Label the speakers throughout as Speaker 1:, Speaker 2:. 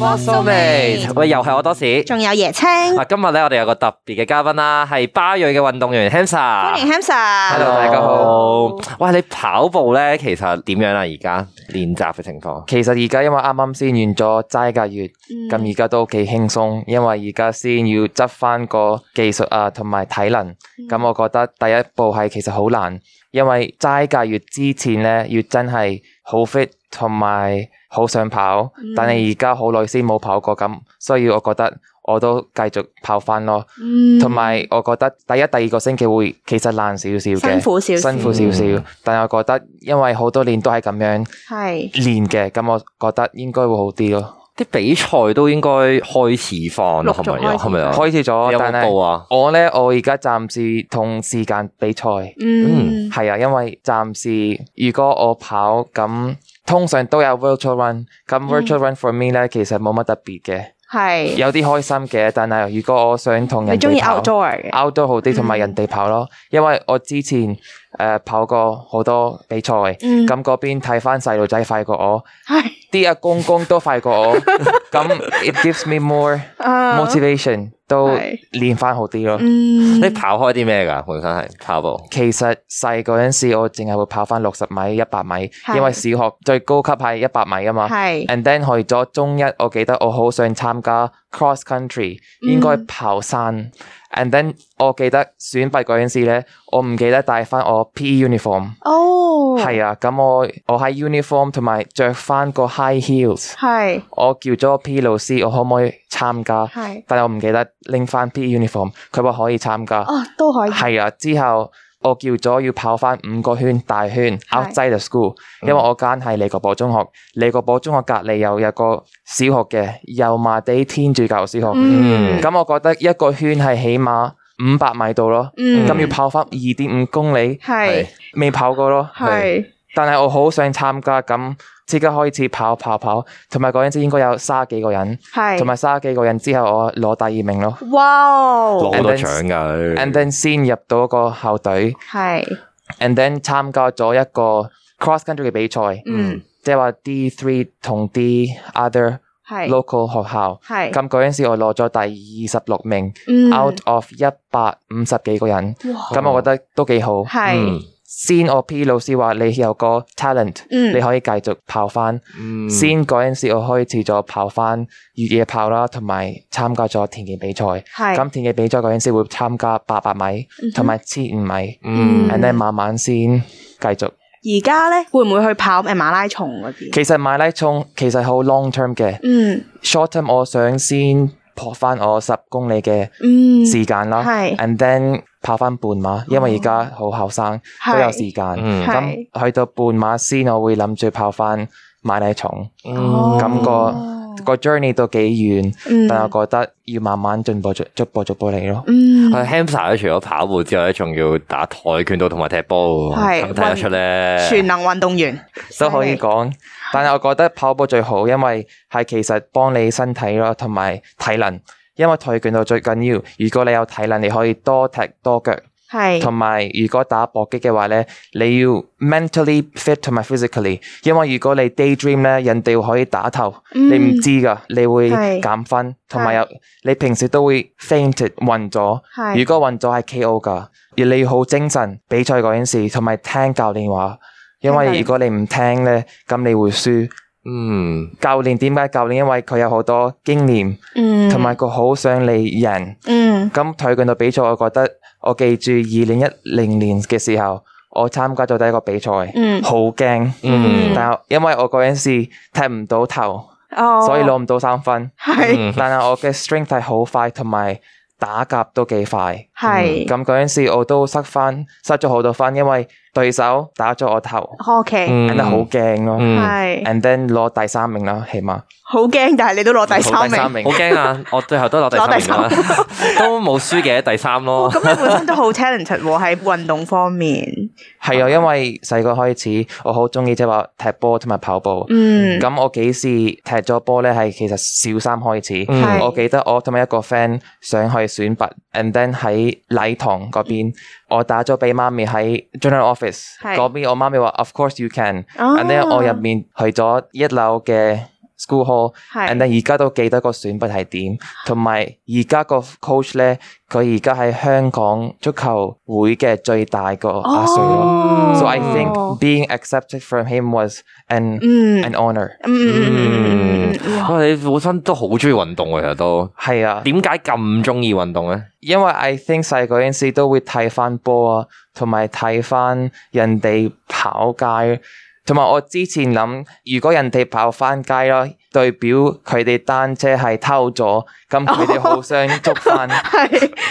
Speaker 1: 我蘇眉，喂，又係我多士。
Speaker 2: 仲有椰青，
Speaker 1: 嗱，今日咧我哋有個特別嘅嘉賓啦，係巴裔嘅運動員 Hamza。
Speaker 2: 歡迎 Hamza。
Speaker 1: Hello，大家好。喂，你跑步咧，其實點樣啊？而家練習嘅情況，
Speaker 3: 其實而家因為啱啱先完咗齋戒月，
Speaker 2: 嗯
Speaker 3: 咁而家都幾輕鬆，因為而家先要執翻個技術啊，同埋體能。
Speaker 2: 嗯
Speaker 3: 咁、我覺得第一步係其實好難，因為齋戒月之前咧要真係好 fit，同埋好想跑，
Speaker 2: 嗯
Speaker 3: 但係而家好耐先冇跑過咁，所以我覺得我都繼續跑翻咯。
Speaker 2: 嗯
Speaker 3: 同埋我覺得第一、第二個星期會其實難少少嘅，
Speaker 2: 辛苦少少嗯
Speaker 3: 辛苦少少。但係我覺得因為好多年都係咁樣
Speaker 2: 係
Speaker 3: 練嘅，咁我覺得應該會好啲咯。
Speaker 1: 啲比賽都應該開始放啦，
Speaker 2: 陸續
Speaker 1: 係咪啊？
Speaker 2: 開始
Speaker 1: 係咪啊？
Speaker 3: 開始咗
Speaker 1: 有，冇
Speaker 3: 但
Speaker 1: 報啊
Speaker 3: 係我咧，我而家暫時同時間比賽。
Speaker 2: 嗯
Speaker 3: 係啊，因為暫時如果我跑咁，通常都有 virtual run。咁
Speaker 1: 嗯
Speaker 3: virtual run for me 咧，其實冇乜特別嘅，
Speaker 2: 係，
Speaker 3: 有啲開心嘅。但係如果我想同
Speaker 2: 你
Speaker 3: 人
Speaker 2: 中
Speaker 3: 哋
Speaker 2: 意
Speaker 3: 跑
Speaker 2: outdoor 嗯嘅，
Speaker 3: outdoor 好啲，同埋人哋跑咯。因為我之前誒、呃跑過好多比賽，
Speaker 2: 嗯
Speaker 3: 咁嗰邊睇翻細路仔快過我，
Speaker 2: 係
Speaker 3: 啲阿公公都快過我，咁 oh. it gives me more
Speaker 2: 啊
Speaker 3: motivation，都
Speaker 2: 係
Speaker 3: 練翻好啲咯。
Speaker 2: 嗯
Speaker 1: 你跑開啲咩㗎？本身係跑步。
Speaker 3: 其實細嗰陣時，我淨係會跑翻六十米、一百米，因為小學最高級係一百米啊嘛。
Speaker 2: 係
Speaker 3: And then 去咗中一，我記得我好想參加 cross country，應該跑山。And then 我記得選拔嗰陣時咧，我唔記得帶翻我 P.E. uniform。
Speaker 2: 哦，
Speaker 3: 係啊，咁我我喺 uniform 同埋着翻個 high heels。
Speaker 2: 係
Speaker 3: 我叫咗 P 老師，我可唔可以參加
Speaker 2: 係？
Speaker 3: 但係我唔記得拎翻 P uniform，佢話可以參加。
Speaker 2: 哦都可以，
Speaker 3: 係啊，之後我叫咗要跑翻五個圈大圈
Speaker 2: 係
Speaker 3: outside the school，因為我間係利國寶中學，利國寶中學隔離又有個小學嘅油麻地天主教小學，咁、
Speaker 1: 嗯
Speaker 3: 我覺得一個圈係起碼五百米度咯，
Speaker 2: 嗯
Speaker 3: 咁、要跑翻二點五公里，
Speaker 2: 係
Speaker 3: 未跑過咯，
Speaker 2: 係
Speaker 3: 但係我好想參加，咁即刻開始跑跑跑，同埋嗰陣時應該有卅幾個人，
Speaker 2: 係，
Speaker 3: 同埋卅幾個人之後我攞第二名咯
Speaker 2: 哇
Speaker 1: 攞好多
Speaker 3: And then-
Speaker 1: 獎㗎佢。
Speaker 3: ，and then 先入到個校隊
Speaker 2: 係
Speaker 3: ，and then 參加咗一個 cross country 嘅比賽，
Speaker 2: 嗯
Speaker 3: 即係話 D three 同 D other
Speaker 2: 係
Speaker 3: local 學校，
Speaker 2: 係
Speaker 3: 咁嗰陣時我攞咗第二十六名
Speaker 2: 嗯
Speaker 3: ，out of 一百五十幾個人，咁我覺得都幾好。
Speaker 2: 係
Speaker 1: 嗯
Speaker 3: 先我 P 老師話你有個 talent，
Speaker 2: 嗯
Speaker 3: 你可以繼續跑翻。
Speaker 1: 嗯
Speaker 3: 先嗰陣時，我開始咗跑翻越野跑啦，同埋參加咗田徑比賽。
Speaker 2: 係嗯
Speaker 3: 咁田徑比賽嗰陣時會參加八百米同埋千五米，
Speaker 1: 嗯
Speaker 3: and then 慢慢先繼續。
Speaker 2: 而家咧會唔會去跑誒馬拉松嗰啲？
Speaker 3: 其實馬拉松其實好 long term 嘅
Speaker 2: 嗯
Speaker 3: ，short term 我想先撲翻我十公里嘅
Speaker 2: 嗯
Speaker 3: 時間啦
Speaker 2: 係
Speaker 3: ，and then 跑翻半馬，因為而家好後生
Speaker 2: 哦係
Speaker 3: 都有時間。
Speaker 1: 嗯
Speaker 3: 咁去到半馬先，我會諗住跑翻馬拉松。
Speaker 1: 嗯
Speaker 2: 哦
Speaker 3: 咁個個 journey 都幾遠，
Speaker 2: 嗯
Speaker 3: 但係我覺得要慢慢進步，逐逐步逐步嚟咯。
Speaker 2: 嗯
Speaker 1: 啊 Hamza 咧，除咗跑步之外咧，仲要打跆拳道同埋踢波喎，
Speaker 2: 係
Speaker 1: 咁睇得出咧。
Speaker 3: 呃
Speaker 2: 全能運動員
Speaker 3: 都可以講，但係我覺得跑步最好，因為係其實幫你身體咯，同埋體能。因為跆拳道最緊要，如果你有體能，你可以多踢多腳，
Speaker 2: 係
Speaker 3: 同埋如果打搏擊嘅話咧，你要 mentally fit 同埋 physically。因為如果你 daydream 咧，人哋可以打頭，你唔知噶，你會
Speaker 2: 嗯係
Speaker 3: 減分，同埋
Speaker 2: 係
Speaker 3: 有你平時都會 fainted 暈咗。
Speaker 2: 係
Speaker 3: 如果暈咗係 KO 噶，而你要好精神比賽嗰陣時，同埋聽教練話，
Speaker 2: 聽
Speaker 3: 因
Speaker 2: 教
Speaker 3: 為
Speaker 2: 練
Speaker 3: 如果你唔聽咧，咁你會輸。
Speaker 1: 嗯，
Speaker 3: 教練點解教練？因為佢有好多經驗，
Speaker 2: 嗯
Speaker 3: 同埋佢好想你贏。
Speaker 2: 嗯
Speaker 3: 咁跆拳道比賽，我覺得我記住二零一零年嘅時候，我參加咗第一個比賽，
Speaker 2: 嗯
Speaker 3: 好驚。
Speaker 1: 嗯
Speaker 3: 但係因為我嗰陣時踢唔到頭，
Speaker 2: 哦，
Speaker 3: 所以攞唔到三分。
Speaker 2: 係
Speaker 3: 但係我嘅 strength 係好快，同埋打夾都幾快。
Speaker 2: 係
Speaker 3: 嗯咁嗰陣時我都失分，失咗好多分，因為對手打咗我頭，
Speaker 2: OK
Speaker 3: 真係好驚咯。
Speaker 1: 嗯
Speaker 2: 係
Speaker 3: And then 攞第三名啦，起碼
Speaker 2: 好驚，但係你都攞第
Speaker 3: 攞第
Speaker 2: 三
Speaker 3: 三
Speaker 2: 名，
Speaker 3: 名
Speaker 1: 好。驚啊！我最後都攞第三名啦，都冇輸嘅，第三咯。
Speaker 2: 咁你本身都 好 talented 喎喺運動方面，
Speaker 3: 係啊，因為細個開始我好中意即係話踢波同埋跑步。
Speaker 2: 嗯
Speaker 3: 咁我幾時踢咗波咧？係其實小三開始。
Speaker 2: 係
Speaker 3: 我記得我同埋一個 friend 想去選拔，and then 喺禮堂嗰邊，我打咗俾媽咪喺 general office
Speaker 2: 係啊
Speaker 3: 嗰邊，我媽咪話 of course you can，and
Speaker 2: 哦
Speaker 3: then 我入面去咗一樓嘅 school hall。
Speaker 2: 係
Speaker 3: and then 而家都記得個選拔係點，同埋而家個 coach 咧，佢而家係香港足球會嘅最大個阿 Sir 咯。
Speaker 2: 哦
Speaker 3: So I think being accepted from him was an
Speaker 2: 嗯
Speaker 3: an honor。
Speaker 2: 嗯嗯嗯嗯嗯嗯嗯，哇
Speaker 1: 哇！你本身都好中意運動嘅，其實都
Speaker 3: 係啊，
Speaker 1: 點解咁中意運動咧？
Speaker 3: 因為 I think 細個嗰陣時都會睇翻波啊，同埋睇翻人哋跑街，同埋我之前諗，如果人哋跑翻街啦，代表佢哋單車係偷咗，咁佢哋好想捉翻。
Speaker 2: 係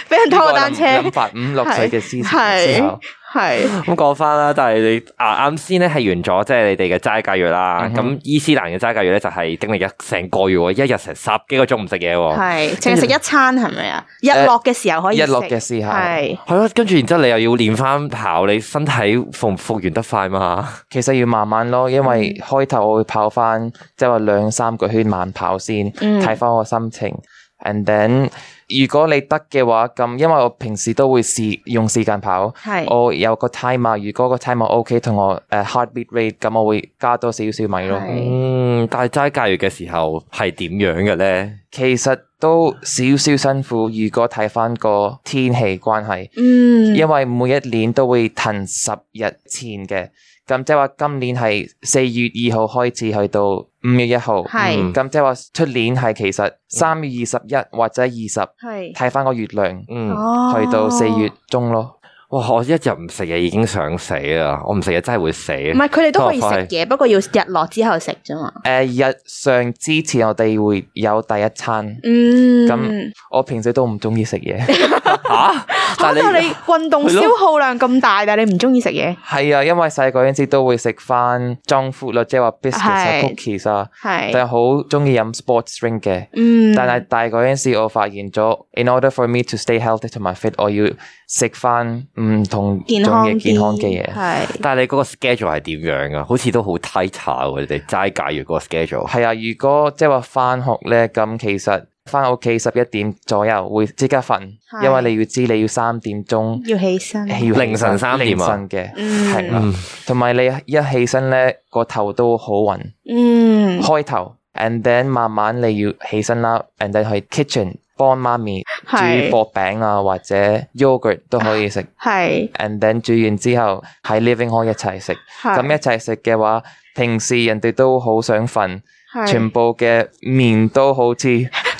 Speaker 2: 俾人偷我單車，
Speaker 3: 諗法五六歲嘅思
Speaker 2: 係
Speaker 3: 之後，
Speaker 2: 係
Speaker 1: 咁講翻啦，但係你啊啱先咧係完咗，即係你哋嘅齋戒月啦。咁、伊斯蘭嘅齋戒月咧就係經歷一成個月喎，一日成十幾個鐘唔食嘢
Speaker 3: 哦
Speaker 1: 喎。
Speaker 2: 係，淨係食一餐係咪啊？日落嘅時候可以
Speaker 3: 日
Speaker 2: 食
Speaker 3: 落嘅時候，
Speaker 2: 係
Speaker 1: 係啊咯，跟住然之後你又要練翻跑，你身體復唔復原得快嘛？
Speaker 3: 其實要慢慢咯，因為
Speaker 2: 嗯
Speaker 3: 開頭我會跑翻，即係話兩三個圈慢跑先，
Speaker 2: 嗯
Speaker 3: 睇翻我心情。And then 如果你得嘅話，咁因為我平時都會試用時間跑，
Speaker 2: 係
Speaker 3: 我有個 timer，如果個 timer OK 同我誒 heartbeat rate，咁我會加多少少米咯。
Speaker 2: 係
Speaker 1: 嗯，但係齋戒月嘅時候係點樣嘅咧？
Speaker 3: 其實都少少辛苦，如果睇翻個天氣關係。
Speaker 2: 嗯
Speaker 3: 因為每一年都會騰十日前嘅，咁即係話今年係四月二號開始去到五月一號，
Speaker 2: 係
Speaker 1: 嗯
Speaker 3: 咁即係話出年係其實
Speaker 2: 嗯
Speaker 3: 三月二十一或者二十，
Speaker 2: 係
Speaker 3: 睇翻個月亮，
Speaker 1: 嗯，
Speaker 2: 哦
Speaker 3: 去到四月中咯。
Speaker 1: 哇！我一日唔食嘢已經想死啦，我唔食嘢真係會死。
Speaker 2: 唔係佢哋都可以食
Speaker 1: 哦係
Speaker 2: 嘢，不過要日落之後食啫嘛。
Speaker 3: 誒、呃日上之前我哋會有第一餐，
Speaker 2: 嗯，
Speaker 3: 咁我平時都唔中意食嘢，
Speaker 1: 吓，
Speaker 2: 講
Speaker 1: 但
Speaker 2: 到
Speaker 1: 係你
Speaker 2: 你運動消耗量咁大，但係你唔中意食嘢，
Speaker 3: 係啊，因為細個嗰陣時都會食翻 junk food 咯，即係話 biscuits 啊、
Speaker 2: 係
Speaker 3: cookies 啊，但
Speaker 2: 係
Speaker 3: 係好中意飲 sports drink 嘅。
Speaker 2: 嗯，
Speaker 3: 但係大個嗰陣時，我發現咗，in order for me to stay healthy 同埋 fit，我要食翻唔同種
Speaker 2: 健康
Speaker 3: 嘅
Speaker 2: 啲
Speaker 3: 健康嘅嘢。
Speaker 2: 係
Speaker 1: 但係你嗰個 schedule 係點樣啊噶？好似都好 tight 下喎，你哋齋戒月嗰個 schedule。
Speaker 3: 係啊，如果即係話翻學咧，咁其實翻屋企十一點左右會即刻瞓，
Speaker 2: 嗯係嗯
Speaker 3: 因為你要知你要三點鐘
Speaker 2: 要起身，
Speaker 3: 要起身
Speaker 1: 凌晨三點啊
Speaker 3: 凌晨嘅
Speaker 2: 嗯
Speaker 3: 係啦，同埋你一起身咧個頭都好暈，
Speaker 2: 嗯，
Speaker 3: 開頭，and then 慢慢你要起身啦，and then 去 kitchen 幫媽咪
Speaker 2: 係
Speaker 3: 煮薄餅啊或者 yogurt 都可以食。
Speaker 2: 係
Speaker 3: and then 煮完之後喺 living hall 一齊食。咁一
Speaker 2: 係
Speaker 3: 齊食嘅話，平時人哋都好想瞓，
Speaker 2: 係
Speaker 3: 全部嘅面都好似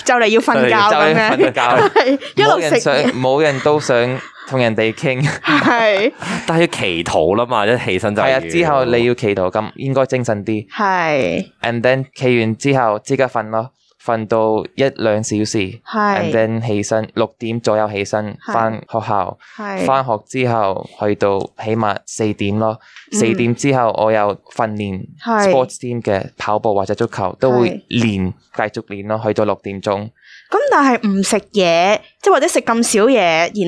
Speaker 2: 就嚟要瞓 覺咁
Speaker 3: 就嚟瞓
Speaker 2: 樣，
Speaker 3: 覺
Speaker 2: 係一
Speaker 3: 冇
Speaker 2: 路
Speaker 3: 人
Speaker 2: 食
Speaker 3: 想，
Speaker 2: 嘢，
Speaker 3: 冇人都想同人哋傾。
Speaker 2: 係
Speaker 1: 但係要祈禱啦嘛，一起身就
Speaker 3: 係啊，
Speaker 1: 要
Speaker 3: 之後你要祈禱，咁應該精神啲。
Speaker 2: 係
Speaker 3: and then 祈完之後即刻瞓咯，瞓到一兩小時。
Speaker 2: 係
Speaker 3: and then 起身六點左右起身
Speaker 2: 係
Speaker 3: 翻學校，
Speaker 2: 係
Speaker 3: 翻學之後去到起碼四點咯，四點之後我有訓練
Speaker 2: 嗯係
Speaker 3: sports team 嘅跑步或者足球都會練，繼續練咯，去到六點鐘。
Speaker 2: 咁但係唔食嘢，即係或者食咁少嘢，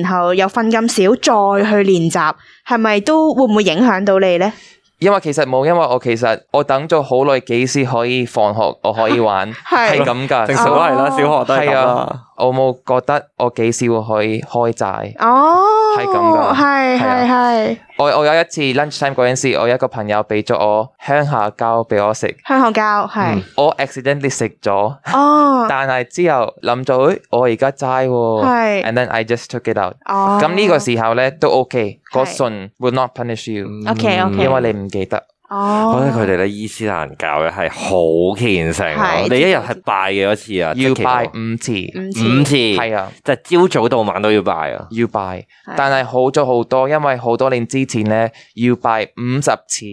Speaker 2: 然後又瞓咁少，再去練習，係咪都會唔會影響到你咧？
Speaker 3: 因為其實冇，因為我其實我等咗好耐，幾時可以放學，我可以玩，
Speaker 2: 係
Speaker 3: 係咁噶。
Speaker 1: 正常都係啦，
Speaker 2: 哦
Speaker 1: 小學啊都係咁
Speaker 3: 係
Speaker 1: 啦
Speaker 3: 啊。，我冇覺得我幾時會可以開齋。
Speaker 2: 哦，
Speaker 3: 係咁㗎
Speaker 2: 係
Speaker 3: 係啊
Speaker 2: 係係
Speaker 3: 我我有一次 lunch time 嗰陣時，我有一個朋友俾咗我鄉下膠俾我食，
Speaker 2: 香口膠係，
Speaker 3: 我 accidentally 食咗。
Speaker 2: 哦
Speaker 3: 但係之後諗咗，誒我而家齋
Speaker 2: 係
Speaker 3: 喎，and then I just took it out。
Speaker 2: 哦，
Speaker 3: 咁呢個時候咧都 OK，
Speaker 2: 係
Speaker 3: 個信 will not punish you，
Speaker 2: OK OK，
Speaker 3: 因為你唔記得。
Speaker 1: 我覺得佢
Speaker 2: 哦，
Speaker 1: 哋咧伊斯蘭教咧係好虔誠啊，
Speaker 2: 係
Speaker 1: 我哋一日係拜幾多次啊？
Speaker 3: 嗯
Speaker 1: 即
Speaker 3: 要
Speaker 1: 係祈禱
Speaker 3: 拜五次，
Speaker 2: 五次
Speaker 1: 五次，
Speaker 3: 係啊，
Speaker 1: 就係朝早到晚都要拜啊。
Speaker 3: 要拜
Speaker 2: 係。
Speaker 3: 但係好咗好多，因為好多年之前咧要拜五十次，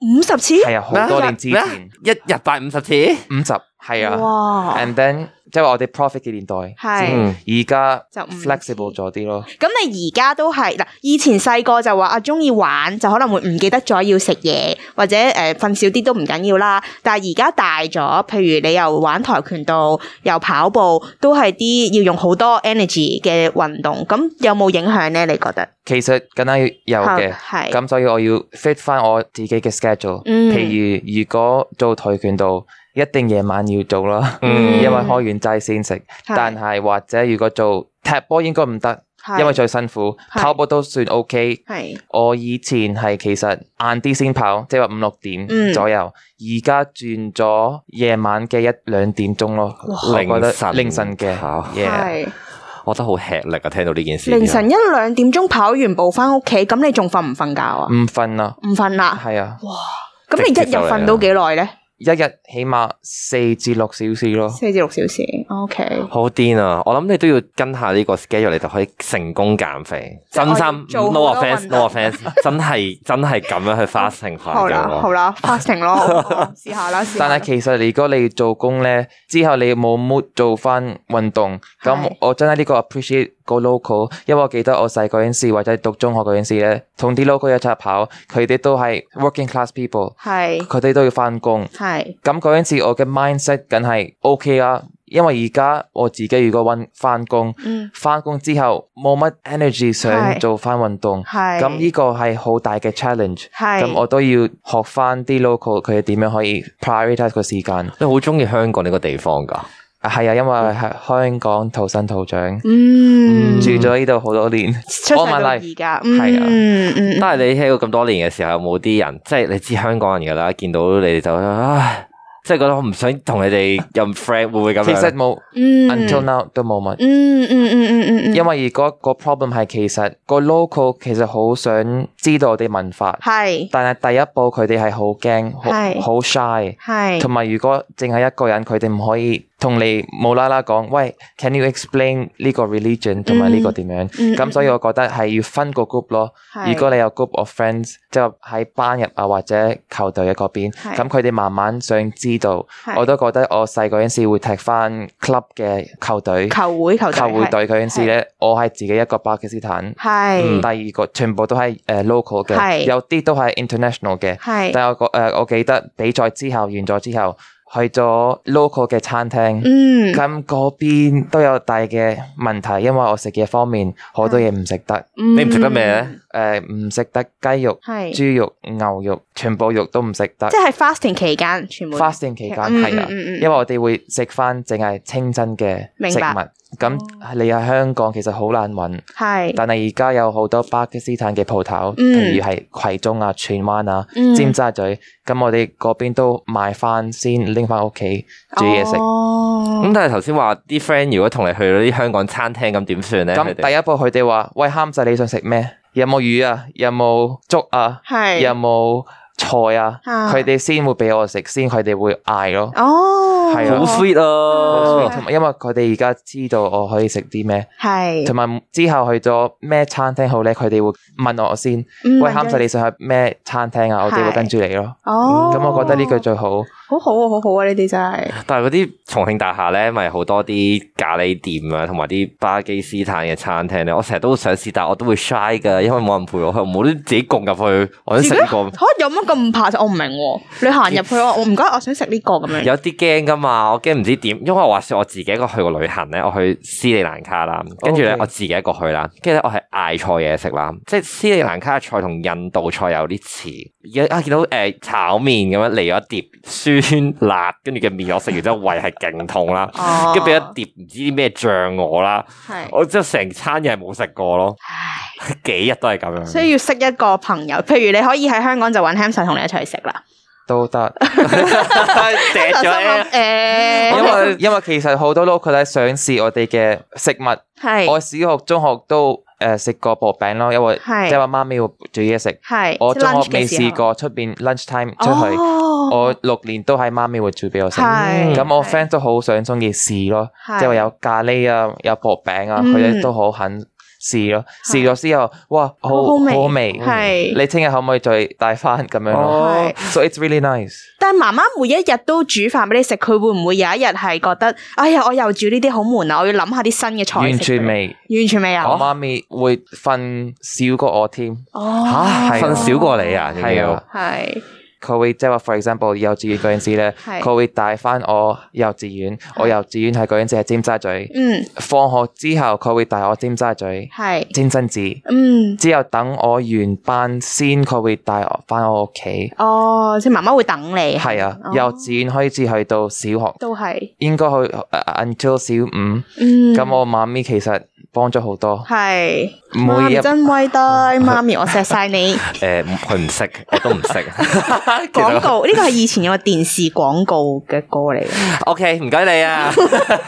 Speaker 2: 五十次，
Speaker 3: 係啊，好多年之
Speaker 1: 咩
Speaker 3: 前
Speaker 1: 一日拜五十次，
Speaker 3: 五十係啊
Speaker 2: 哇，
Speaker 3: ，and then 即係話我哋 profit 嘅年代，
Speaker 2: 哦係。
Speaker 1: 嗯
Speaker 3: 而家
Speaker 2: 就五次
Speaker 3: flexible 咗啲咯。
Speaker 2: 咁你而家都係嗱，以前細個就話啊，中意玩就可能會唔記得咗要食嘢，或者誒瞓、少啲都唔緊要啦。但係而家大咗，譬如你又玩跆拳道，又跑步，都係啲要用好多 energy 嘅運動。咁有冇影響咧？你覺得？
Speaker 3: 其實更加有嘅，
Speaker 2: 係
Speaker 3: 咁所以我要 fit 翻我自己嘅 schedule。
Speaker 2: 嗯
Speaker 3: 譬如如果做跆拳道，一定夜晚要做啦，
Speaker 1: 嗯
Speaker 3: 因為開完齋先食。但係或者如果做踢波應該唔得，
Speaker 2: 係
Speaker 3: 因為最辛苦。
Speaker 2: 係
Speaker 3: 跑步都算 OK。
Speaker 2: 系
Speaker 3: 我以前係其實晏啲先跑，即係話五六
Speaker 2: 嗯
Speaker 3: 點左右。而家轉咗夜晚嘅一兩點鐘咯，我覺
Speaker 1: 凌
Speaker 3: 得
Speaker 1: 晨
Speaker 3: 凌晨嘅
Speaker 1: 跑，
Speaker 3: yeah
Speaker 2: 系
Speaker 1: 我覺得好吃力啊！聽到呢件事，
Speaker 2: 凌晨一兩點鐘跑完步翻屋企，咁你仲瞓唔瞓覺啊？
Speaker 3: 唔瞓啦，
Speaker 2: 唔瞓啦，
Speaker 3: 係啊，
Speaker 2: 咁你一日瞓到幾耐咧？
Speaker 3: 一日起碼四至六小時咯。
Speaker 2: 四至六小時，OK。
Speaker 1: 好癲啊！我諗你都要跟下呢個 schedule，你就可以成功減肥。
Speaker 2: 即係
Speaker 1: 真
Speaker 2: 我要
Speaker 1: 心嗯
Speaker 2: 做好
Speaker 1: no
Speaker 2: 多
Speaker 1: offense，no
Speaker 2: 運動
Speaker 1: offense，真 係真係咁樣去 fasting 法
Speaker 2: 好
Speaker 1: 嘅
Speaker 2: 啦，
Speaker 1: 喎。
Speaker 2: 好啦，fasting 咯， 我試下啦，試下啦
Speaker 3: 但係其實如果你做工咧，之後你冇 mood 做翻運動，
Speaker 2: 係
Speaker 3: 咁我真係呢個 appreciate 個 local，因為我記得我細個嗰陣時或者讀中學嗰陣時咧，同啲 local 一齊跑，佢哋都係 working class people，
Speaker 2: 係
Speaker 3: 佢哋都要翻工。
Speaker 2: 係
Speaker 3: 咁嗰陣時我嘅 mindset 梗係 OK 啦，因為而家我自己如果揾翻工
Speaker 2: 嗯，
Speaker 3: 翻工之後冇乜 energy 想
Speaker 2: 係
Speaker 3: 做翻運動，
Speaker 2: 係
Speaker 3: 咁呢個係好大嘅 challenge。
Speaker 2: 係
Speaker 3: 咁我都要學翻啲 local 佢哋點樣可以 prioritize 個時間。
Speaker 1: 你好中意香港呢個地方㗎？
Speaker 3: 啊係啊，因為係香港土生土長，
Speaker 2: 嗯
Speaker 3: 住咗呢度好多年。
Speaker 2: 出世到
Speaker 3: all my
Speaker 2: 而
Speaker 3: life
Speaker 2: 家，
Speaker 3: 係啊
Speaker 2: 嗯嗯嗯
Speaker 1: 但係你喺度咁多年嘅時候，有冇啲人即係你知香港人㗎啦，見到你哋就唉，即係覺得我唔想同你哋任 friend，會唔會咁
Speaker 3: 其實
Speaker 1: 樣？
Speaker 3: 冇
Speaker 2: 嗯
Speaker 3: until now 都冇乜，
Speaker 2: 嗯嗯嗯嗯嗯嗯，
Speaker 3: 因為如果個 problem 係其實個 local 其實好想知道我哋文化，
Speaker 2: 係
Speaker 3: 但係第一步佢哋係好驚，
Speaker 2: 係
Speaker 3: 好好 shy。
Speaker 2: 係
Speaker 3: 同埋如果淨係一個人，佢哋唔可以同你無啦啦講，喂，can you explain 呢個 religion 同埋呢個點樣？
Speaker 2: 嗯
Speaker 3: 咁、所以我覺得係要分個 group 咯。
Speaker 2: 係
Speaker 3: 如果你有 group of friends，即係喺班入啊或者球隊嘅嗰邊，
Speaker 2: 係
Speaker 3: 咁佢哋慢慢想知道。
Speaker 2: 係
Speaker 3: 我都覺得我細個嗰陣時會踢翻 club 嘅球隊、
Speaker 2: 球會球隊
Speaker 3: 球會隊嗰陣時咧，我係自己一個巴基斯坦，
Speaker 2: 係
Speaker 3: 第二個全部都係誒 local
Speaker 2: 嗯係
Speaker 3: 嘅，有啲都係 international 嘅。
Speaker 2: 係
Speaker 3: 但係我個誒，我記得比賽之後完咗之後，去咗 local 嘅餐廳。
Speaker 2: 嗯
Speaker 3: 咁嗰邊都有大嘅問題，因為我食嘢方面好多嘢唔食得，
Speaker 1: 你唔食得咩咧？
Speaker 3: 誒唔食得雞肉、
Speaker 2: 嗯係
Speaker 3: 豬肉、牛肉，全部肉都唔食得
Speaker 2: 即。係 fasting 期間全部
Speaker 3: fasting 期間
Speaker 2: 嗯
Speaker 3: 係啊，
Speaker 2: 嗯嗯嗯
Speaker 3: 因為我哋會食翻淨係清真嘅
Speaker 2: 明
Speaker 3: 食
Speaker 2: 白哦
Speaker 3: 物。咁你喺香港其實好難揾，
Speaker 2: 係
Speaker 3: 但係而家有好多巴基斯坦嘅鋪頭，
Speaker 2: 嗯
Speaker 3: 譬如係葵涌啊、荃灣啊、
Speaker 2: 嗯
Speaker 3: 尖沙咀，咁我哋嗰邊都買翻先拎翻屋企煮嘢食。嗯
Speaker 2: 哦
Speaker 1: 咁但係頭先話啲 friend 如果同你去嗰啲香港餐廳，咁點算咧？
Speaker 3: 咁
Speaker 1: 佢哋
Speaker 3: 第一步佢哋話：喂，喊仔你想食咩？有冇魚啊？有冇粥啊？
Speaker 2: 係
Speaker 3: 有冇菜啊？
Speaker 2: 啊
Speaker 3: 佢哋先會俾我食，先佢哋會嗌咯。
Speaker 2: 哦
Speaker 3: 係啊
Speaker 1: 好 sweet
Speaker 3: 好
Speaker 1: 啊！
Speaker 3: sweet，同埋因為佢哋而家知道我可以食啲咩，
Speaker 2: 係
Speaker 3: 同埋之後去咗咩餐廳好咧，佢哋會問我先。
Speaker 2: 嗯
Speaker 3: 喂，
Speaker 2: 問
Speaker 3: 喊
Speaker 2: 咗
Speaker 3: 仔你想去咩餐廳啊？我哋會
Speaker 2: 係
Speaker 3: 跟住你咯。
Speaker 2: 哦
Speaker 3: 嗯咁我覺得呢句最好。
Speaker 2: 好好啊好好啊呢啲真係
Speaker 1: 但係嗰啲重慶大廈咧，咪好多啲咖喱店啊，同埋啲巴基斯坦嘅餐廳咧。我成日都想試，但我都會 shy 噶，因為冇人陪我去，我冇得自己共入去，我想食呢個。
Speaker 2: 嚇有乜咁怕我唔明喎你行入 去我我唔該我想食呢個咁樣
Speaker 1: 有啲驚噶嘛，我驚唔知點，因為話說我自己一個去過旅行咧，我去斯里蘭卡啦，跟住咧
Speaker 3: OK
Speaker 1: 我自己一個去啦，跟住咧我係嗌錯嘢食啦，即係斯里蘭卡嘅菜同印度菜有啲似，而家啊見到誒、呃炒麵咁樣嚟咗一碟酸辣，跟住嘅麵我食完之後胃係勁痛啦，
Speaker 2: 哦
Speaker 1: 跟住俾一碟唔知啲咩醬我啦，
Speaker 2: 係
Speaker 1: 我之後成餐嘢係冇食過咯，
Speaker 2: 唉
Speaker 1: 幾日都係咁樣。
Speaker 2: 所以要識一個朋友，譬如你可以喺香港就揾 Hamson 同你一齊食啦。
Speaker 3: 都得，
Speaker 1: 掟
Speaker 2: 心諗
Speaker 1: 咗
Speaker 2: 誒，
Speaker 3: 因
Speaker 1: 我
Speaker 3: 為因為其實好多 local 咧想試我哋嘅食物。
Speaker 2: 係
Speaker 3: 我小學、中學都誒食過薄餅咯，因為即
Speaker 2: 係
Speaker 3: 係話媽咪會煮嘢食。
Speaker 2: 係
Speaker 3: 我中學
Speaker 2: lunch
Speaker 3: 未
Speaker 2: 嘅時候
Speaker 3: 試過出邊 lunch time 出去，
Speaker 2: 哦
Speaker 3: 我六年都係媽咪會煮俾我食。
Speaker 2: 係
Speaker 3: 咁我
Speaker 2: 係
Speaker 3: friend 都好想中意試咯，
Speaker 2: 係
Speaker 3: 即係話有咖喱啊，有薄餅啊，
Speaker 2: 嗯
Speaker 3: 佢哋都好肯試咯。
Speaker 2: 係
Speaker 3: 試咗之後，哇，好
Speaker 2: 好好
Speaker 3: 好
Speaker 2: 味
Speaker 3: 好味。嗯
Speaker 2: 係
Speaker 3: 你聽日可唔可以再帶翻咁樣咯
Speaker 1: 哦
Speaker 2: 係，
Speaker 3: ？So it's really nice。
Speaker 2: 但係媽媽每一日都煮飯俾你食，佢會唔會有一日係覺得，哎呀，我又煮呢啲好悶啊，我要諗下啲新嘅菜。
Speaker 3: 完全，未，哦
Speaker 2: 完全未有。
Speaker 3: 我媽咪會瞓少過我添，
Speaker 2: 哦，
Speaker 1: 嚇
Speaker 3: 係啊
Speaker 1: 瞓少過你啊，仲
Speaker 3: 係
Speaker 1: 要
Speaker 3: 啊，
Speaker 2: 係
Speaker 3: 佢會即係話，for example 幼稚園嗰陣時咧，
Speaker 2: 係
Speaker 3: 佢會帶翻我幼稚園，我幼稚園係嗰陣時係尖沙咀，
Speaker 2: 嗯
Speaker 3: 放學之後佢會帶我尖沙咀、
Speaker 2: 係
Speaker 3: 尖新寺，
Speaker 2: 嗯
Speaker 3: 之後等我完班先，佢會帶我翻我屋企。
Speaker 2: 哦，即係媽媽會等你。
Speaker 3: 係啊
Speaker 2: 哦，
Speaker 3: 幼稚園開始去到小學，
Speaker 2: 都係
Speaker 3: 應該去呃 until 小五。
Speaker 2: 嗯
Speaker 3: 咁我媽咪其實幫咗好多。
Speaker 2: 系，媽
Speaker 3: 每
Speaker 2: 咪
Speaker 3: 一
Speaker 2: 真偉 大，媽咪我錫晒你。
Speaker 1: 诶，佢呃唔識，我都唔識。
Speaker 3: 啊
Speaker 1: 其實
Speaker 2: 廣 告呢個係以前有個電視廣告嘅歌嚟
Speaker 3: 啊
Speaker 2: 嘅，
Speaker 1: O K，唔該你啊，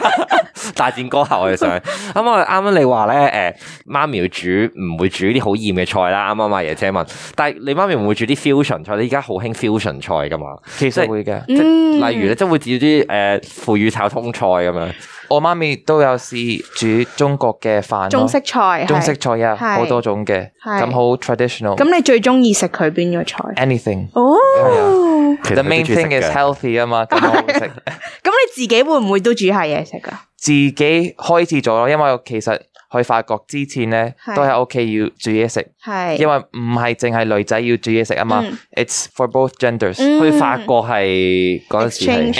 Speaker 1: 大戰歌喉我哋想。 咁我啱啱你話咧，诶，媽咪要煮唔會煮啲好厭嘅菜啦。啱啱阿爺姐問，但係你媽咪會唔會煮啲 fusion 菜？你而家好興 fusion 菜噶嘛？
Speaker 3: 其
Speaker 1: 即係
Speaker 3: 實會嘅。
Speaker 1: 即
Speaker 2: 嗯
Speaker 1: 例如咧，即係會煮啲诶腐乳炒通菜咁樣。
Speaker 3: 我媽咪都有試煮中國嘅飯咯
Speaker 2: 中式菜，
Speaker 3: 啊中式
Speaker 2: 係。
Speaker 3: 菜啊，
Speaker 2: 係
Speaker 3: 好多種嘅，
Speaker 2: 係
Speaker 3: 咁好 traditional。
Speaker 2: 咁你最中意食佢邊個菜？
Speaker 3: 啊 anything。
Speaker 2: 哦，
Speaker 1: 其實佢都中意
Speaker 3: The main
Speaker 1: 食
Speaker 3: thing is
Speaker 1: 嘅
Speaker 3: healthy 啊嘛，咁我會食。
Speaker 2: 咁你自己會唔會都煮下嘢食啊噶？
Speaker 3: 自己開始咗咯，因為我其實去法國之前咧
Speaker 2: 係，
Speaker 3: 都喺屋企要煮嘢食，
Speaker 2: 係，
Speaker 3: 因為唔係淨係女仔要煮嘢食啊嘛
Speaker 2: 嗯
Speaker 3: ，it's for both genders、
Speaker 2: 嗯
Speaker 1: 去法國係嗰陣時係
Speaker 2: Exchange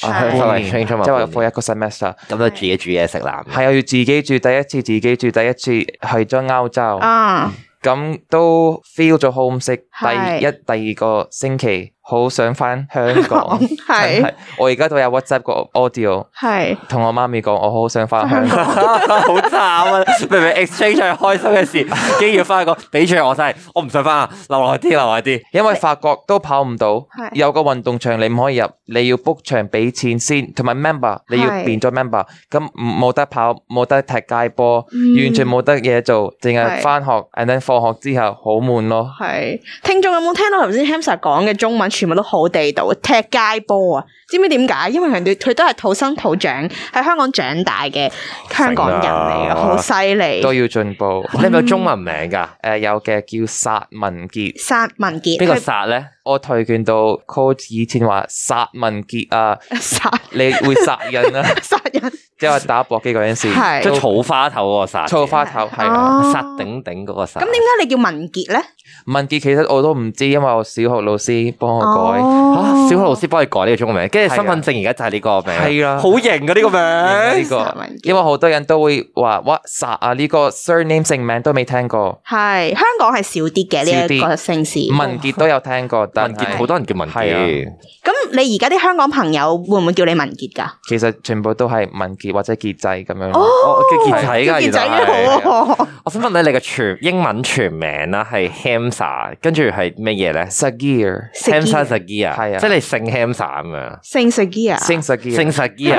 Speaker 3: exchange，
Speaker 1: 啊
Speaker 2: 係
Speaker 3: 半
Speaker 1: 係
Speaker 3: 年
Speaker 1: exchange 啊嘛
Speaker 3: 即係
Speaker 1: 半年
Speaker 3: for 一個 semester，
Speaker 1: 咁就自己煮嘢食啦。
Speaker 3: 係啊我要自己煮，第一次自己煮，第一次去咗歐洲，
Speaker 2: 啊，
Speaker 3: 咁都 feel 咗 homesick，
Speaker 2: 係
Speaker 3: 第一第二個星期好想翻香港，
Speaker 2: 係
Speaker 3: 真係我而家都有 WhatsApp 個 audio。
Speaker 2: 係
Speaker 3: 同我媽咪講，我好想翻香港。
Speaker 1: 好慘啊！明明 exchange 係開心嘅事，竟然要翻去講俾住我真係，我唔想翻啦，留耐啲，留耐啲。
Speaker 3: 因為法國都跑唔到
Speaker 2: 係，
Speaker 3: 有個運動場你唔可以入，你要 book 場俾錢先，同埋 member 你要
Speaker 2: 係
Speaker 3: 變咗 member，咁唔冇得跑，冇得踢街波，
Speaker 2: 嗯
Speaker 3: 完全冇得嘢做，淨
Speaker 2: 係
Speaker 3: 係翻學，and then 放學之後好悶咯。
Speaker 2: 係。聽眾有冇聽到頭先 Hamza 講嘅中文全部都好地道，踢街波啊？知唔知點解？因為人哋佢都係土生土長喺香港長大嘅香港人嚟嘅，
Speaker 1: 成啊
Speaker 2: 好犀利
Speaker 3: 都。要進步。
Speaker 1: 你係咪有中文名㗎？
Speaker 3: 誒、有嘅叫殺文傑，
Speaker 2: 殺文傑，
Speaker 1: 邊個
Speaker 2: 佢
Speaker 1: 殺咧？
Speaker 3: 我跆拳道 coach 以前話殺文傑啊，
Speaker 2: 殺
Speaker 3: 你會殺人啊，
Speaker 2: 殺人
Speaker 3: 即係話打搏擊嗰陣時，
Speaker 2: 係
Speaker 1: 即係草花頭嗰個殺，
Speaker 3: 燥花頭係啊。
Speaker 2: 哦
Speaker 1: 殺頂頂嗰個殺。啊
Speaker 2: 咁點解你叫文傑咧？
Speaker 3: 文傑其實我都唔知，因為我小學老師幫我改。
Speaker 1: 啊！
Speaker 2: 哦
Speaker 1: 小學老師幫你改呢個中文名，跟住
Speaker 3: 係啊
Speaker 1: 身份證而家就係呢個名，
Speaker 3: 係啊
Speaker 1: 好型嘅呢個
Speaker 3: 呢
Speaker 1: 名。
Speaker 2: 殺
Speaker 3: 個
Speaker 2: 文傑，
Speaker 3: 因為好多人都會話哇殺啊呢個 surname 姓名都未聽過，
Speaker 2: 哦係香港係少啲嘅
Speaker 3: 少
Speaker 2: 呢一
Speaker 3: 啲
Speaker 2: 個姓氏。
Speaker 3: 文傑都有聽過，但
Speaker 1: 文傑好
Speaker 3: 係
Speaker 1: 多人叫文
Speaker 3: 係
Speaker 1: 傑，
Speaker 2: 咁你而家啲香港朋友會唔會叫你文傑㗎？
Speaker 3: 其實全部都係文傑或者傑仔咁樣。
Speaker 1: 哦叫傑仔㗎，
Speaker 2: 叫傑
Speaker 1: 原
Speaker 2: 仔哦
Speaker 1: 來係
Speaker 2: 都好喎。
Speaker 1: 我想問咧，你嘅全英文全名啦係 Hamsa，跟住係乜嘢咧
Speaker 3: Sagir
Speaker 1: ？Hamsa Sagia，
Speaker 3: 係啊
Speaker 1: 即係你姓 Hamsa 咁樣。
Speaker 2: 姓食 g 啊？
Speaker 3: 姓 Sagir，
Speaker 1: 姓 Sagia，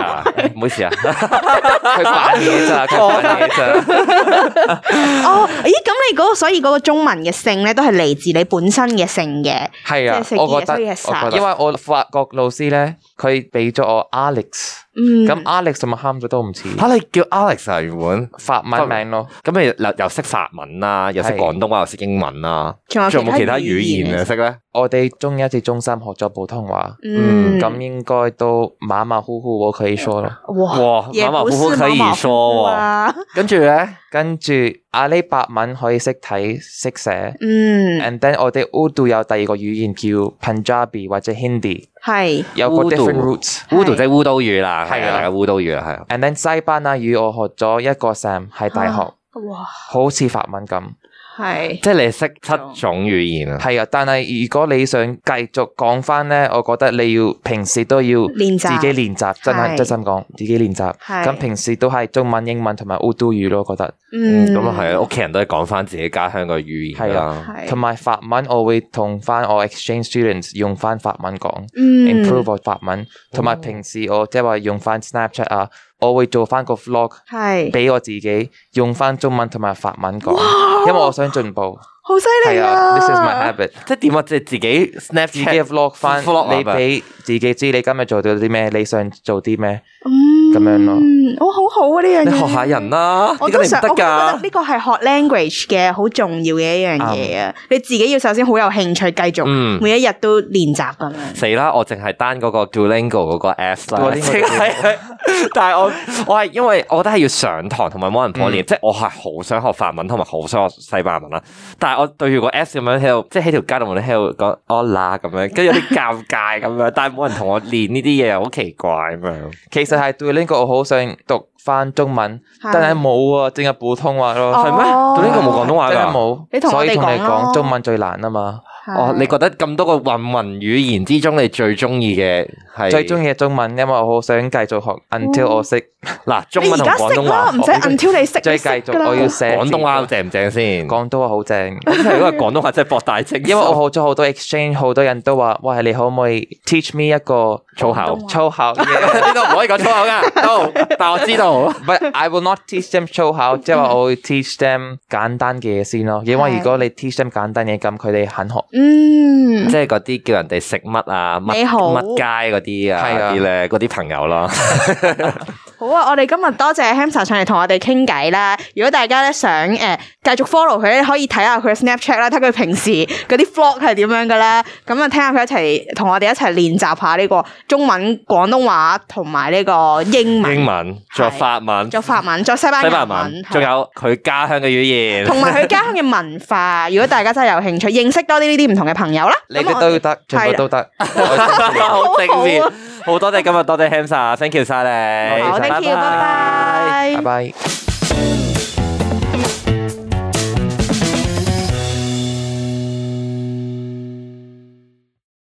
Speaker 1: 唔好意思啊，
Speaker 3: 佢扮嘢咋，佢扮嘢咋。
Speaker 2: 哦，咦，咁你嗰個所以嗰個中文嘅姓咧，都係嚟自你本身嘅姓嘅。
Speaker 3: 係啊
Speaker 2: 即係，Sagir，
Speaker 3: 我覺得
Speaker 2: 所以係殺
Speaker 3: 我覺得因為我法國老師咧，佢俾咗我 Alex，
Speaker 2: 嗯，
Speaker 3: 咁 Alex 同埋 h a m 咗都唔似
Speaker 1: 嚇你叫 Alex 啊原本，
Speaker 3: 法文名咯。
Speaker 1: 咁你又又識法文啦，又識
Speaker 3: 係
Speaker 1: 廣東話，又識英文啦，
Speaker 2: 仲有
Speaker 1: 仲有冇其他語言
Speaker 2: 語
Speaker 1: 啊
Speaker 2: 啊？
Speaker 1: 識咧？
Speaker 3: 我哋中一至中三學咗普通話。
Speaker 2: 嗯，
Speaker 3: 咁應該都馬馬虎虎我可以說咯。
Speaker 2: 哇，
Speaker 1: 哇，
Speaker 2: 也
Speaker 1: 馬馬
Speaker 2: 不
Speaker 1: 虎虎
Speaker 2: 是
Speaker 1: 可以
Speaker 2: 馬馬
Speaker 1: 說
Speaker 2: 虎虎
Speaker 1: 喎，
Speaker 2: 啊。
Speaker 1: 跟住咧，
Speaker 3: 跟住阿里伯文可以識睇識寫
Speaker 2: 嗯，
Speaker 3: ，and then 我哋 Urdu 有第二個語言叫 Punjabi 或者 Hindi，
Speaker 2: 係
Speaker 3: 有個
Speaker 1: Urdu
Speaker 3: different roots。
Speaker 1: 烏度即係烏刀魚啦，
Speaker 3: 係
Speaker 1: 係
Speaker 3: 啊
Speaker 1: 啊，大家烏刀魚啦，係啊。
Speaker 3: and then 西班牙語我學咗一個 sam 喺大學，
Speaker 2: 啊哇，
Speaker 3: 好似法文咁。
Speaker 2: 係
Speaker 1: 即係你識七種語言啊！
Speaker 3: 係啊，但係如果你想繼續講翻呢，我覺得你要平時都要
Speaker 2: 練習
Speaker 3: 自己練習，真
Speaker 2: 係
Speaker 3: 係真心講自己練習。
Speaker 2: 係
Speaker 3: 咁平時都係中文、英文同埋 Urdu 語咯，我覺得。
Speaker 2: 嗯，
Speaker 1: 咁啊係啊，屋企人都係講翻自己家鄉嘅語言
Speaker 3: 係
Speaker 1: 啦。
Speaker 2: 係
Speaker 3: 同埋法文，我會同翻我 exchange students 用翻法文講
Speaker 2: 嗯哦
Speaker 3: ，improve 我法文。同埋平時我即係話用翻 Snapchat 啊，我會做翻個 vlog
Speaker 2: 係
Speaker 3: 俾我自己用翻中文同埋法文講，因為我想進步。
Speaker 2: 好犀利
Speaker 3: 係
Speaker 2: 啊
Speaker 3: 啊，this is my habit。
Speaker 1: 即係點啊？即係自己
Speaker 3: 自己
Speaker 1: Snapchat
Speaker 3: vlog 翻
Speaker 1: vlog 啊，
Speaker 3: 你俾自己知你今日做到啲咩，你想做啲咩。
Speaker 2: 嗯
Speaker 3: 咁樣咯
Speaker 2: 嗯，我好好啊呢樣
Speaker 1: 你
Speaker 2: 嘢。
Speaker 1: 學下人啦，
Speaker 2: 我
Speaker 1: 點解
Speaker 2: 都
Speaker 1: 你唔
Speaker 2: 想，
Speaker 1: 得
Speaker 2: 我覺得
Speaker 1: 㗎？
Speaker 2: 呢個係學 language 嘅好重要嘅一樣嘢啊！你自己要首先好有興趣，繼續
Speaker 1: 嗯
Speaker 2: 每一日都練習咁樣。
Speaker 1: 死啦！我淨係單嗰個 Duolingo 嗰個 app 啦，
Speaker 3: Duolingo
Speaker 1: 即 係但係我我係因為我覺得係要上堂同埋冇人破裂，即係我係好想學法文同埋好想學西班牙文啦。但係我對住個 app 咁樣喺度，即係喺條街度，你喺度講 o 啦咁樣，跟住有啲尷尬咁樣，但係冇人同我練呢啲嘢，又好奇怪咁樣。
Speaker 3: 其實係對呢個我好想讀翻中文，
Speaker 2: 係
Speaker 3: 但係冇啊，淨係普通話咯。
Speaker 2: 哦
Speaker 1: 係咩？Duolingo 冇廣東話
Speaker 3: 真係
Speaker 1: 㗎？
Speaker 3: 冇，
Speaker 2: 你同我
Speaker 3: 所
Speaker 2: 哋
Speaker 3: 以同你
Speaker 2: 講咯
Speaker 3: 講中文最難啊嘛。
Speaker 1: 哦，你覺得咁多個混混語言之中，你最中意嘅係
Speaker 3: 最中意嘅中文，因為我好想繼續
Speaker 2: 哦
Speaker 3: 學 until 我識，
Speaker 1: 嗱中
Speaker 2: 你
Speaker 1: 文
Speaker 2: 而
Speaker 1: 同
Speaker 2: 家
Speaker 1: 廣
Speaker 2: 識
Speaker 1: 東
Speaker 2: 啦，
Speaker 1: 話
Speaker 2: 唔使
Speaker 1: 學
Speaker 2: until 你識，
Speaker 3: 即
Speaker 2: 你識
Speaker 3: 係繼
Speaker 2: 㗎啦
Speaker 3: 續我要寫
Speaker 1: 廣東話正唔正先？
Speaker 3: 廣東話好正，
Speaker 1: 因為廣東話真係博大精深，
Speaker 3: 因為我好咗好多 exchange，好多人都話：，喂，你可唔可以 teach me 一個
Speaker 1: 粗口。
Speaker 3: 粗口 Yeah
Speaker 1: 呢度唔可以講粗 口噶，都但我知道。
Speaker 3: But I will not teach them 粗口，即係話我會 teach them 簡單嘅嘢先咯。因為如果你 teach them 簡單嘢，咁佢哋肯學。
Speaker 2: 嗯
Speaker 1: 即，係嗰啲叫人哋食乜啊，乜
Speaker 2: 你好
Speaker 1: 乜街嗰啲啊，
Speaker 3: 係啊
Speaker 1: 嗰啲咧，嗰啲朋友啦，
Speaker 2: 好啊！我哋今日多謝 Hamster 上嚟同我哋傾偈啦。如果大家咧想誒繼續 follow 佢咧，可以睇下佢嘅 Snapchat 啦，睇佢平時嗰啲 vlog 係點樣噶啦。咁啊，聽下佢一齊同我哋一齊練習下呢個中文、廣東話同埋呢個英
Speaker 1: 英
Speaker 2: 文，
Speaker 1: 文，仲有法文，
Speaker 2: 作
Speaker 1: 西
Speaker 2: 法文，作西班牙
Speaker 1: 班牙
Speaker 2: 文
Speaker 1: 文，，仲有佢家鄉嘅語言。
Speaker 2: 同埋佢家鄉嘅文化。如果大家真係有興趣，認識多啲呢啲唔同嘅朋友啦。
Speaker 3: 你哋都要得，全部都得。
Speaker 1: 好正面
Speaker 2: 好，
Speaker 1: 好多謝今日多謝 Hamsa，thank you 晒你，
Speaker 2: 好，thank you，拜拜。
Speaker 3: 拜拜。